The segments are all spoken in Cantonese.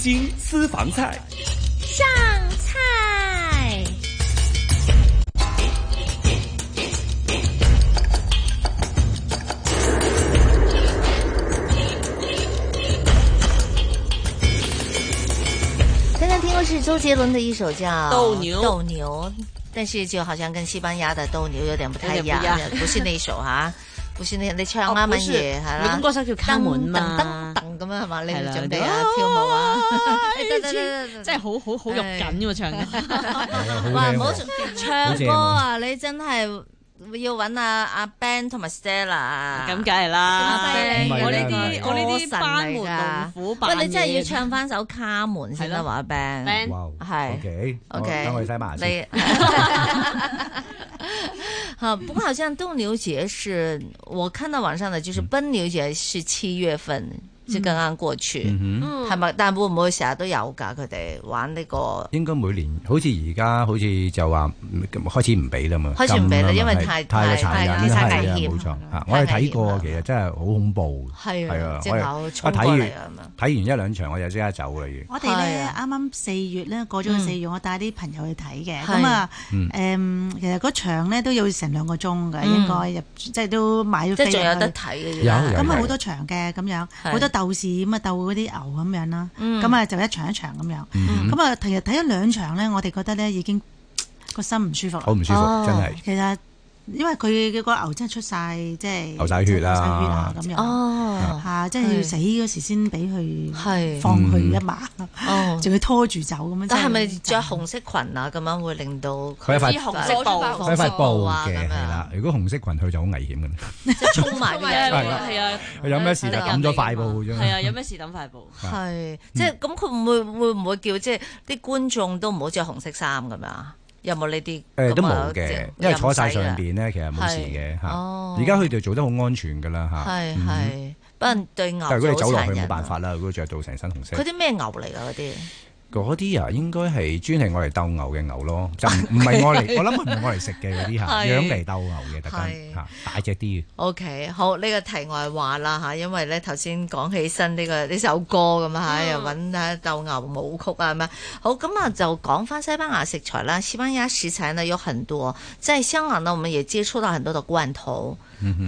京私房菜。上菜。刚刚听过是周杰伦的一首叫《斗牛斗牛》，但是就好像跟西班牙的《斗牛》有点不太一有點樣不一 樣，不是那一首哈，不是那你唱哦啱不乜是嘢係你咁啦。歌手叫卡門嘛噔噔噔咁樣係嘛？你係哋啦準備啊跳舞啊？ 得得得得得真係好好好肉緊喎，唱歌。係啊，好哇！靚唔好喎唱歌啊！你真係要揾阿阿 Ben 同埋 Stella 啊 咁梗係啦，咁犀利嘅我呢啲我呢啲班歌神嚟㗎門龍虎扮喂，你真係要唱啊翻首卡門先得係咯話阿 Ben。 band 哇係，OK Ờ, Ờ, OK，等我去洗牙先。你 好，不过好像斗牛节是我看到网上的，嗯就是奔牛节是七月份，就刚刚过去，嗯哼，係咪？但會唔會成日都有㗎？佢哋玩呢個應該每年好似而家好似就話嗯開始唔俾啦嘛，開始唔俾啦禁因為係太太過殘太忍太啦，係啊危險冇錯係啊啦！我哋太危睇險過，啦其實真係好恐怖，係啊，隻我哋牛我衝過睇嚟完啊嘛。睇完一兩場我就即刻走啦要。我哋係咧啊嗯啱啱四月咧過咗去四月，我帶啲朋友去睇嘅。係咁啊嗯，誒，其實嗰場咧都有成兩個鐘嘅，嗯應該入即係都買即咗飛係仲有入去得睇嘅，有而家有咁啊好多場嘅咁樣，係好多鬥士咁啊鬥嗰啲牛咁樣啦。嗯咁啊就一場一場咁樣。嗯咁啊，其實睇咗兩場咧，我哋覺得咧已經個心唔舒服啦好唔舒服哦，真係其實因為佢個牛真係出晒，即係流晒血啦啊咁樣。哦嚇！即係要死嗰時先俾係佢放佢嗯一馬，哦，仲要拖住走咁樣。但係咪真着紅色裙啊？咁樣會令到佢一塊啲紅色色布布，佢一塊布啊嘅咁係啦，如果紅色裙佢就好 危險嘅啦，樣，即係衝埋啲 係人。啊係啊，佢有咩事就抌咗塊布啫嘛。係啊，有咩事抌 塊布？係，即嗯係咁，佢會會唔會叫即係啲觀眾都唔好着紅色衫咁樣啊？有冇呢啲咁誒啊？都冇嘅，因為坐晒上邊。邊咧，其實冇事嘅係嚇。哦而家佢哋做得好安全㗎啦嚇。係嗯哼係，不過對牛但係如果你走落去冇辦辦法。啦，如果着到成身紅色啊佢。啲咩牛嚟㗎？嗰啲嗰啲啊，應該係專係我嚟鬥牛嘅 牛咯，就唔唔係我嚟，我諗佢唔係我嚟食嘅嗰啲嚇，係養嚟鬥牛嘅特係登嚇，大隻啲嘅。 OK，好呢、個題外話啦嚇，因為咧頭先講起身呢、個呢首歌咁啊嚇，嗯又揾下鬥牛舞曲啊咁啊，好咁啊就講翻西班牙食材啦。西班牙食材呢有很多，在香港呢，我們也接觸到很多的罐頭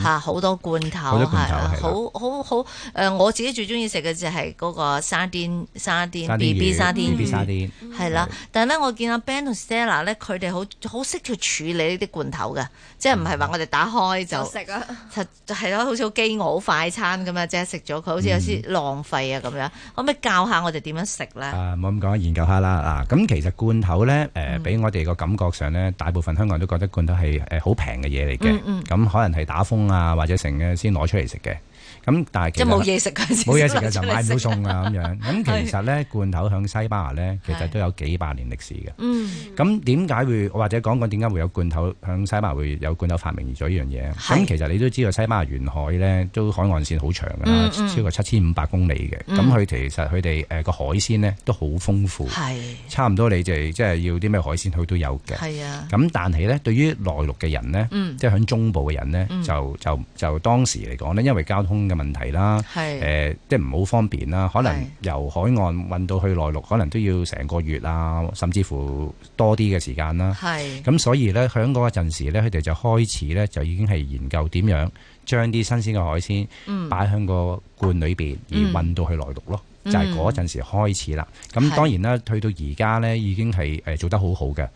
嚇，好、多罐頭嗯好多罐頭啊係啦好好好誒、呃我自己最中意食嘅就係嗰個沙甸沙甸沙甸 B B 魚沙甸 BB 沙魚。甸，係啦，但係咧，我見阿 Ben 同 Stella 咧，佢哋好好識去處理呢啲罐頭嘅，即係唔嗯係話我哋打開就食啊！就就係咯，好似好飢餓快餐咁啊，即係食咗佢，好似有啲浪費啊咁樣。可唔可以教下我哋點樣食咧？嗯啊，冇咁講，研究下啦。嗱，咁其實罐頭咧，嗯誒，俾我哋個感覺上咧，大部分香港人都覺得罐頭係誒好平嘅嘢嚟嗯嗯嘅，咁可能係打風啊或者成嘅先攞出嚟食嘅。咁但係其即實係冇嘢食嗰陣時 冇嘢食先嘅就攞出嚟買唔到食。餸啊咁 樣。咁其實咧，罐頭響西班牙咧，其實都有幾百年歷史嘅。嗯，咁點解會或者講講點解會有罐頭響西班牙會有罐頭發明咗呢樣嘢？係咁其實你都知道西班牙沿海咧都海岸線好長㗎啦嗯，嗯超過七千五百公里嘅。咁佢、其實佢哋誒個海鮮咧都好豐富，係差唔多你哋即係要啲咩海鮮佢都有嘅。係啊，咁但係咧，對於內陸嘅人咧，嗯即係響中部嘅人咧、嗯就就就當時嚟講咧，因為交通嘅問題啦。誒、係呃即係唔好方便啦，可能係由海岸運到去內陸，可能都要成個月啊，甚至乎多啲嘅時間啦。係咁所以呢，響嗰陣時呢，佢哋就開始呢，就已經係研究點樣將啲新鮮嘅海鮮擺喺個罐裏邊，而嗯運到去內陸咯。嗯就係嗰陣時開始啦。係咁當然啦，去到而家呢，已經係誒做得好好嘅。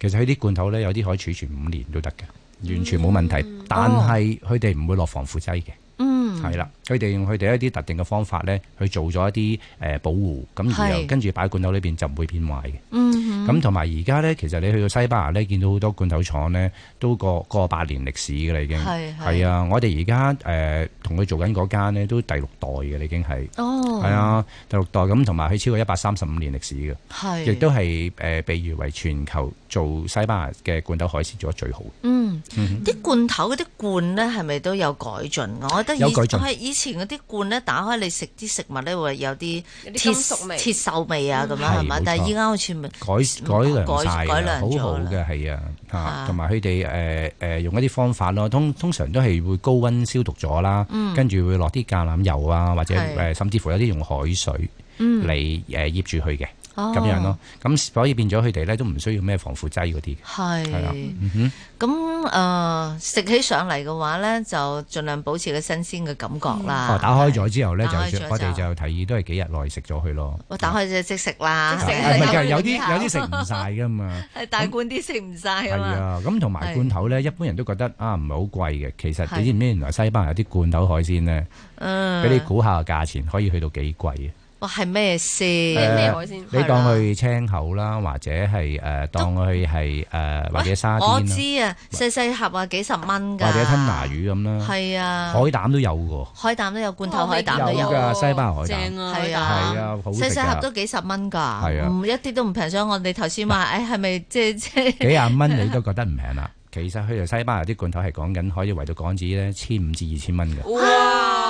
其實佢啲罐頭呢，有啲可以儲存五年都得嘅，完全冇問題。但係佢哋唔會落防腐劑嘅。哦嗯係啦，佢哋用佢哋一啲特定嘅方法咧，去做咗一啲誒、呃保護，咁然後係跟住擺罐頭裏邊就唔會變壞嘅。嗯咁同埋而家咧，其實你去到西班牙咧，見到好多罐頭廠咧，都過過百年歷史嘅啦已經。係係係啊，我哋而家誒同佢做緊嗰間咧，都第六代嘅啦已經係。哦係啊，第六代咁，同埋佢超過一百三十五年歷史嘅，係亦都係誒被譽為全球做西班牙嘅罐頭海鮮做得最好。嗯嗯啲罐頭嗰啲罐咧係咪都有改進㗎？我覺得以有改進係以前嗰啲罐咧打開你食啲食物咧會有啲有啲鐵金屬味鐵鏽味啊咁樣係係嘛？冇錯但係依家好似咪改改嗯良晒改改㗎良啦，好咗好啦嘅係啊，啊嚇，同埋佢哋誒誒用一啲方法咯，通通常都係會高温消毒咗啦，跟住會落啲橄欖油啊，或者嗯係誒甚至乎有啲用海水嗯嚟誒醃住佢嘅哦咁樣咯。咁所以變咗佢哋咧都唔需要咩防腐劑嗰啲嘅。係啦係。嗯哼，咁誒、呃食起上嚟嘅話咧，就盡量保持個新鮮嘅感覺啦。哦，打開咗之後咧，就啊打開咗我哋就就提議都係幾日內食咗佢咯。我打開隻即食啦，即食啊唔係㗎，有啲之後有啲食唔晒㗎嘛。係大罐啲食唔晒啊係嘛。啊，咁同埋係罐頭咧，一般人都覺得啊唔係好貴嘅。其實係你知唔知原來西班牙有啲罐頭海鮮咧，嗯，俾你估下個價錢可以去到幾貴嘅？哇係咩先？咩咩誒嗯海鮮？你當佢青口啦，或者係誒當佢係誒或者沙我甸啦，知啊，細細盒啊，幾十蚊㗎。或者吞拿。魚咁啦，係啊，海膽都有嘅海膽都有，罐頭哦海膽膽都喎，有有。㗎西班牙海膽正啊，係係啊啊，係啊，好食細細盒㗎，都幾十蚊係㗎，啊唔一啲都唔平。所以我哋頭先話，哎誒係咪即係即係幾廿蚊你都覺得唔平啦。其實佢哋西班牙啲罐頭係講緊可以圍到港紙咧千五至二千蚊嘅，哇！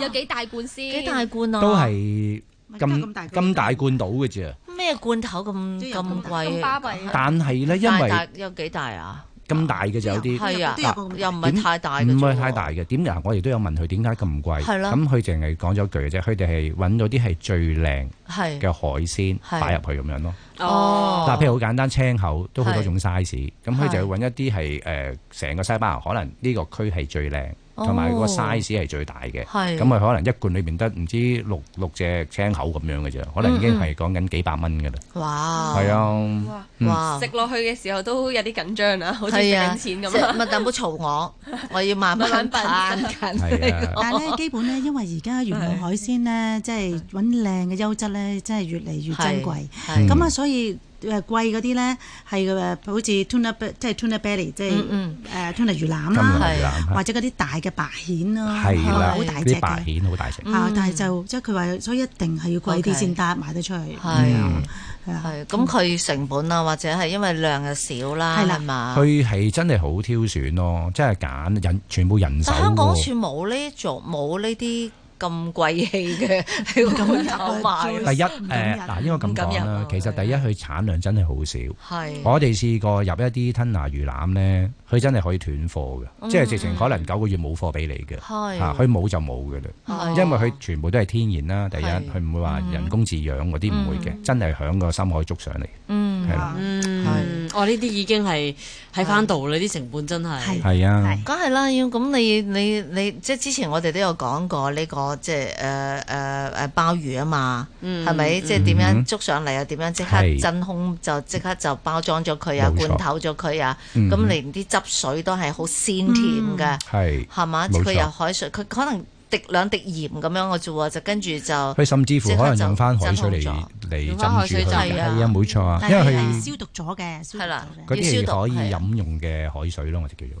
有幾大罐先？幾大罐啊？都係咪都係咁大咁罐咁大罐到嘅啫。咩罐頭咁都有咁咁大貴咁啊巴？閉，但係咧，因大為大有幾大啊？咁大嘅就有啲。係啊都有個咁，大又唔係太大嘅啫唔喎，係太大嘅，點解？我哋都有問佢點解咁貴，係咯咁佢淨係講咗一句嘅啫，佢哋係揾咗啲係最靚係，嘅海鮮係擺入去咁樣咯。哦嗱，譬如好簡單，青口都好多係種 size，咁佢係就要揾一啲係誒成個西班牙可能呢個區係最靚，哦同埋個 size 係最大嘅。係咁佢可能一罐裏邊得唔知六六隻青口咁樣嘅啫，可能已經係講緊幾百蚊嘅啦。哇，係，啊，哇！嗯哇食，落去嘅時候都有啲緊張啊，好似食係啊，緊即錢係咁啊！咪但唔好嘈我，我要慢慢慢慢扮緊。係啊。但係咧，基本咧，因為而家元朗海鮮咧，即係揾靚嘅優質咧，真係越嚟越珍貴。係咁啊，所以誒貴嗰啲咧係誒好似 tuna be- 即係 tuna belly，即嗯係嗯，誒 tuna 魚腩金啦，魚腩或者嗰啲大嘅白蜆啦，啊係啦，好大隻啲白嘅。蜆好大隻。嗯啊！但係就即係佢話，所以一定係要貴啲先得買得出去。嗯係係啊，係，咁佢成本啊，或者係因為量又少啦，係啦係嘛？佢係真係好挑選咯，真係揀人全部人手但香港喎。算冇呢種冇呢啲咁貴氣 嘅喺個啊罐頭賣，第一誒唔敢入嗱，應該咁唔敢講入啦啊。嗯其實第一佢產量真係好少，係我哋試過入一啲吞拿魚腩呢，佢真係可以斷貨嘅，即係直情可能九個月冇貨俾你嘅，嚇係佢冇就冇嘅啦。係因為佢全部都係天然啦，第一係佢唔會話人工飼養嗰啲唔會嘅，真係響個深海捉上嚟，嗯係。啦，嗯，哦呢啲已經係喺翻度啦，啲成本真係係係啊，梗係啦，要咁你你你即係之前我哋都有講過呢、個即係誒誒誒鮑魚啊嘛，嗯係咪？嗯即係點樣捉上嚟又啊點樣即刻係真空就即刻就包裝咗佢啊，冇錯罐頭咗佢啊，嗯咁連啲汁水都係好鮮甜嘅，係。係嘛？冇錯佢又海水，佢可能滴兩滴鹽咁樣嘅啫喎，就跟住就佢甚至乎可能用翻海水即刻嚟嚟用返海浸水住佢，浸係啊，冇錯啊，但因為係佢係消毒咗嘅，消毒係啦咗嘅。嗰啲要消毒係可以係啊飲用嘅海水咯，我哋叫做啊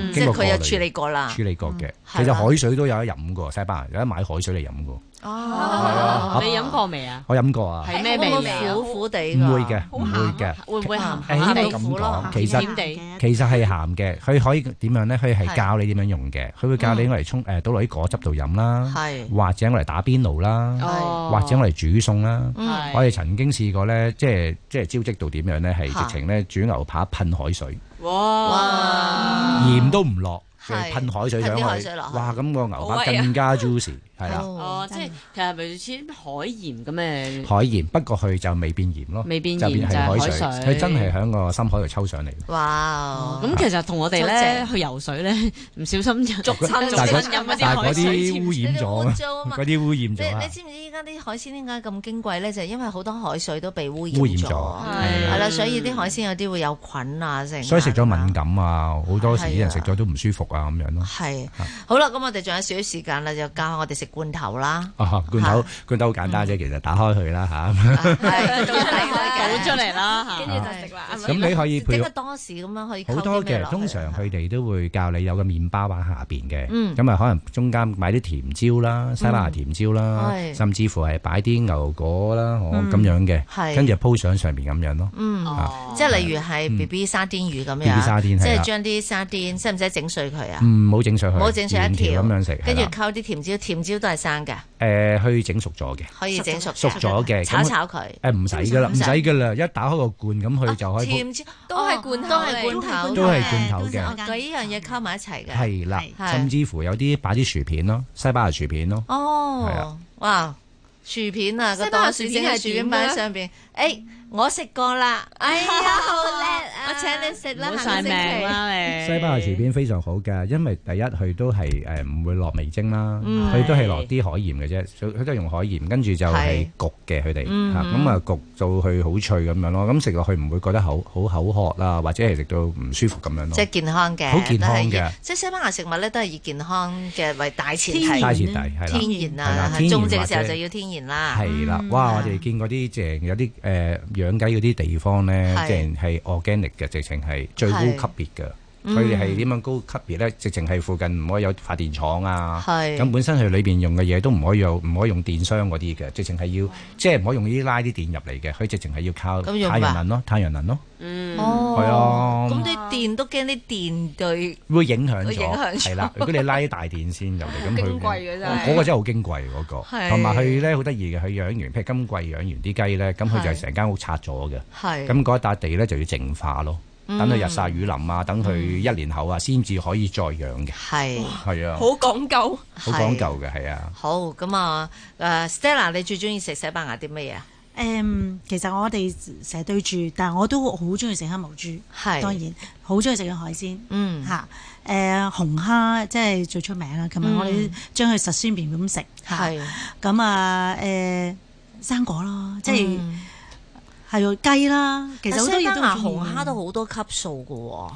嗯，即經係過過佢又濾處理過啦處，理過嘅。其啊嗯係啦實海水都有得飲過，西班牙有得買海水嚟飲過，哦，你飲過未啊？我飲過啊，係咩會唔味會嚟啊？苦苦地㗎唔會嘅，唔會嘅。啊會唔會鹹誒應鹹該地咁苦咯講，其實甜地嘅其實係鹹嘅，佢可以點樣咧？佢係嗯係教你點樣用嘅，佢會教你我嚟沖誒倒落啲果汁度飲啦，係或者我嚟打邊爐啦，哦，或者我嚟煮餸啦。嗯我哋曾經試過咧，即係即係招積到點樣咧？嚇係直情咧煮牛扒噴海水。嗯哇！鹽都唔落，就啊係係噴海水上噴啲海去水落，去哇！咁個牛好扒威啊更加 juicy，係啦，哦，即係其實咪似海鹽咁嘅，海鹽，不過佢就未變鹽咯，未變就鹽變就係係海海水，水。佢真係喺個深海度抽上嚟。哇！哦咁其實同我哋咧好正去游水咧， 唔小心捉親親但係嗰飲嗰但啲係嗰海水啲污染你咗哋污啊，糟啊嘛嗰啲污你染咗你啊，知唔知依家啲海鮮點解咁矜貴咧？就係因為好多海水都被污染污染咗，咗，係係係啊，啦，所以啲海鮮有啲會有菌啊，成所以食咗敏感。感啊，好多時啲係啊人食咗都唔舒服啊，咁樣咯。。係好啦，咁我哋仲有少少時間啦，就教下我哋食罐頭啦 啊，罐頭罐頭好簡單啫，其實打開佢啦嚇，係啊到 倒出嚟啦嚇跟住就食啦，係咪咁你可以整配個多士咁樣可以溝好多啲咩嘅落，去啊通常佢哋都會教你有個麵包喺下邊嘅，嗯咁啊可能中間買啲甜椒啦、西班牙甜椒啦，係甚至乎係擺啲牛果啦，哦嗯咁樣係嘅，跟住鋪上上面咁樣咯。嗯，哦即係例如係 B B 沙甸魚咁 BB 沙樣，甸即係係啦，嗯將啲沙甸使唔使整碎佢啊？唔好整上去，唔好整上一圓條條咁樣食，跟住係啦溝啲甜椒，甜椒都係生嘅，誒去整熟咗嘅，可以整熟嘅熟咗嘅，炒咁啊炒哦佢。誒唔使噶啦，唔唔使使噶啦，一打開個罐咁佢就可以鋪啊甜椒都係罐頭哦都嚟係罐頭，都係罐頭嘅哦嗰啊依樣嘢溝埋一齊嘅。係啦，係甚至乎有啲擺啲薯片咯，西班牙薯片咯，係哦啊，哇！薯片啊，個西班牙袋薯薯片片係薯片擺喺上邊。誒，我食過啦，哎呀，好叻啊！我 請你食啦，唔好下晒個星命期。啦你。西班牙薯片非常好嘅，因為第一佢都係誒唔會落味精啦，嗯佢都係落啲海鹽嘅啫，佢佢都係用海鹽，跟住就係係焗嘅佢哋嗯嚇，咁啊焗到佢好脆咁樣咯，咁食落去唔會覺得口好口渴啊，或者係食到唔舒服咁即樣咯係。健康嘅，好健康嘅都係以即係西班牙食物咧，都係以健康嘅為大前提，天大然前提係啦。嗯天然係啦啊，天然種植嘅時候或者就要天然啦。係啦，哇！我啊哋見過啲正有啲誒養雞嗰啲地方咧，係即係 organic 嘅，直情係最高係級別嘅。佢哋係點樣高級別咧？直情係附近唔可以有發電廠啊。係咁本身佢裏邊用嘅嘢都唔可以有，唔可以用電箱嗰啲嘅，直情係要即係唔可以用呢啲拉啲電入嚟嘅，佢直情係要靠咁用太陽咩能咯，太陽能咯，嗯，係啊咁啲電都驚啲電對會影響會影響咗，咗係啦。如果你拉啲大電線 入嚟，咁佢哦矜貴嘅真係嗰個真係好矜貴嗰個，係同埋佢咧好得意嘅，佢養完譬如今季養完啲雞咧，咁佢就係係成間屋拆咗嘅。係咁嗰一笪地咧就要淨化咯，嗯等佢日曬雨淋啊，等佢一年後啊先至可以再養嘅，係係啊好，講究。好講究嘅，係啊。好咁啊！誒，Stella，你最中意食西班牙啲乜嘢啊？誒、其實我哋成日對住，但我都好中意食黑毛豬，係當然好中意食嘅海鮮。嗯嚇誒、紅蝦即係最出名啦，咁啊嗯我哋將佢實酸面咁食嚇，係咁啊誒生果咯，即係嗯啊係喎雞啦，其實好多西嘢班都牙好中意紅蝦都好多級數嘅喎，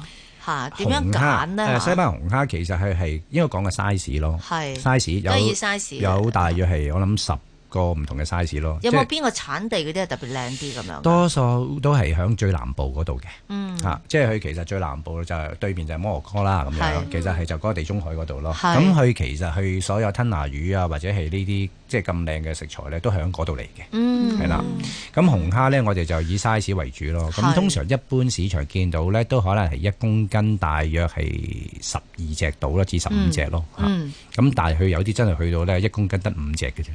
嚇點紅樣蝦揀咧？啊誒西班牙紅蝦其實係係應該講嘅 size 咯係，size 都係以有 size 嘅有大約係我諗十個唔同嘅 size 咯，有即冇係邊個產地嗰啲係特別靚啲咁樣㗎？多數都係響最南部嗰度嘅。嗯嚇、即係佢其實最南部就係對面就係摩洛哥啦，咁係樣其實係就嗰個地中海嗰度咯。係咁佢其實佢所有吞拿魚啊，或者係呢啲即係咁靚嘅食材咧，都喺嗰度嚟嘅，嗯係啦、啊咁紅蝦咧，我哋就以 size 為主咯。係咁通常一般市場見到咧，都可能係一公斤大約係十二隻到啦，至十五隻咯。嚇咁、嗯，但係佢有啲真係去到咧一公斤得五隻嘅啫，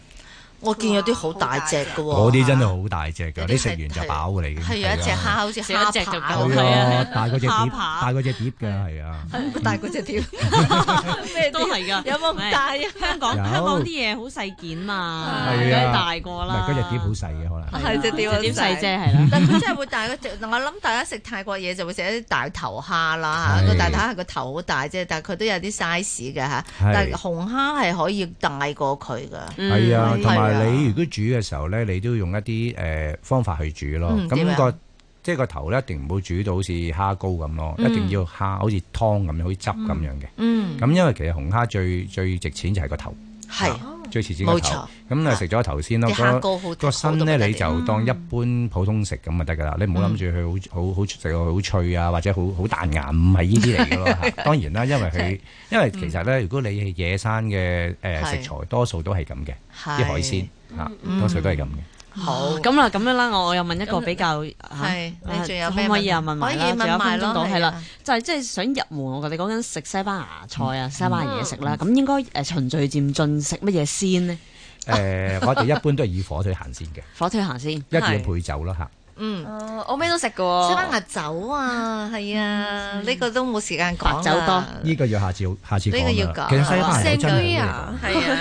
我見有啲好大隻嘅喎，嗰啲真係好大隻㗎，有啲係你食完就飽㗎啦已經。啊係啊有一隻蝦好似食一隻蝦就扒夠咁係係啊啊，大過隻碟，蝦扒 大過隻碟㗎，係啊。大嗰只條， 咩都係㗎有冇咁大啊？香港有香港啲嘢好細件嘛，係啊梗係大過唔啦。係嗰隻碟好細嘅可能。係隻碟好細碟細啫，係啦。但佢真係會大嗰隻，我諗大家食泰國嘢就會食一啲大頭蝦啦嚇，係個大頭蝦個頭好大啫，但係佢都有啲 size 嘅嚇。係但係紅蝦係可以大過佢嘅，嗯係啊，嗯同係啊埋你如果煮嘅時候咧，你都要用一啲誒方法去煮咯嗯。點咁樣個即係個頭咧，一定唔好煮到好似蝦膏咁咯，一嗯定要蝦好似湯咁樣，好似汁咁樣嘅。嗯，咁因為其實紅蝦最最值錢就係個頭，係最值錢個冇錯頭。咁啊食咗個頭先咯，啲蝦啊個膏好個身咧你好到就不當一般普通食咁就得㗎啦。你唔好諗住佢好好好食到好脆啊，或者好好彈牙，唔係呢啲嚟㗎咯。嚇當然啦，因為佢因為其實咧，如果你係野生嘅誒係食材，多數都係咁嘅。係啲海鮮嚇，多數都係咁嘅。好咁啦，咁樣啦，我我又問一個比較係啊你仲有可咩唔可以啊問問題可埋啦？以仲有問埋分咯鐘到係啊係啦，就係即係想入門，我哋講緊食西班牙菜啊，西班牙嘢食啦，咁應該誒循序漸進食乜嘢先呢？誒，我哋一般都係以火腿行先嘅，火腿行先，一定要配酒啦嚇。嗯。哦我咩都食嘅喎。西班牙酒啊，係啊，呢個都冇時間講白酒多啦呢個要下次下次呢個講要啦講其實西班牙有真係好嘢 Sangria，係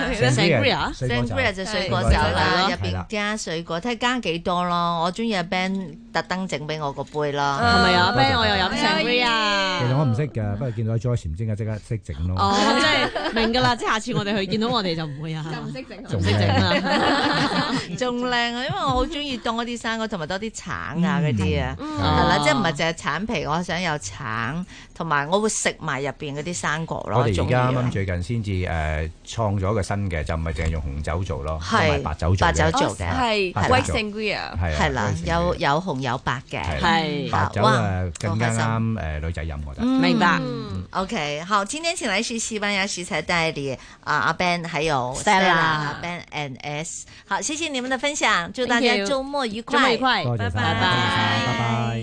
啊，Sangria？講水果酒 Sangria 就水果酒啦，入係邊啦加水果，睇加幾多咯。我中意阿 Ben 特登整俾我個杯啦。係咪啊？多謝咩？ 我又飲係啊 sangria 其實我唔識㗎，不過見到 Joyce 唔知點解即刻識哦整咯，，即係明㗎啦，即係下次我哋去見到我哋就唔會啊， 就唔識仲整。識整靚啦。仲靚啊，因為我好中意多啲生果同埋多啲橙啊嗰啲啊，嗯係啦，哦即係唔係淨係橙皮，我想有橙，同埋我會食埋入邊嗰啲生果咯。啊我哋而家仲啱要啱最近先至誒創咗個新嘅，就唔係淨係用紅酒做咯，同係埋白酒做白酒嘅，做嘅哦係白酒 White 做係 Sangria。啊係啦，有有紅有白嘅，係係白酒哇誒更加好開心啱誒女仔飲，我覺得。明白。嗯， OK，好，今天请来是西班牙食材代理啊，阿 Ben 还有 Stella Ben and S。好，谢谢你们的分享，祝大 Thank 家 you 周末愉祝快。你愉快，多謝晒拜多謝晒拜。拜拜。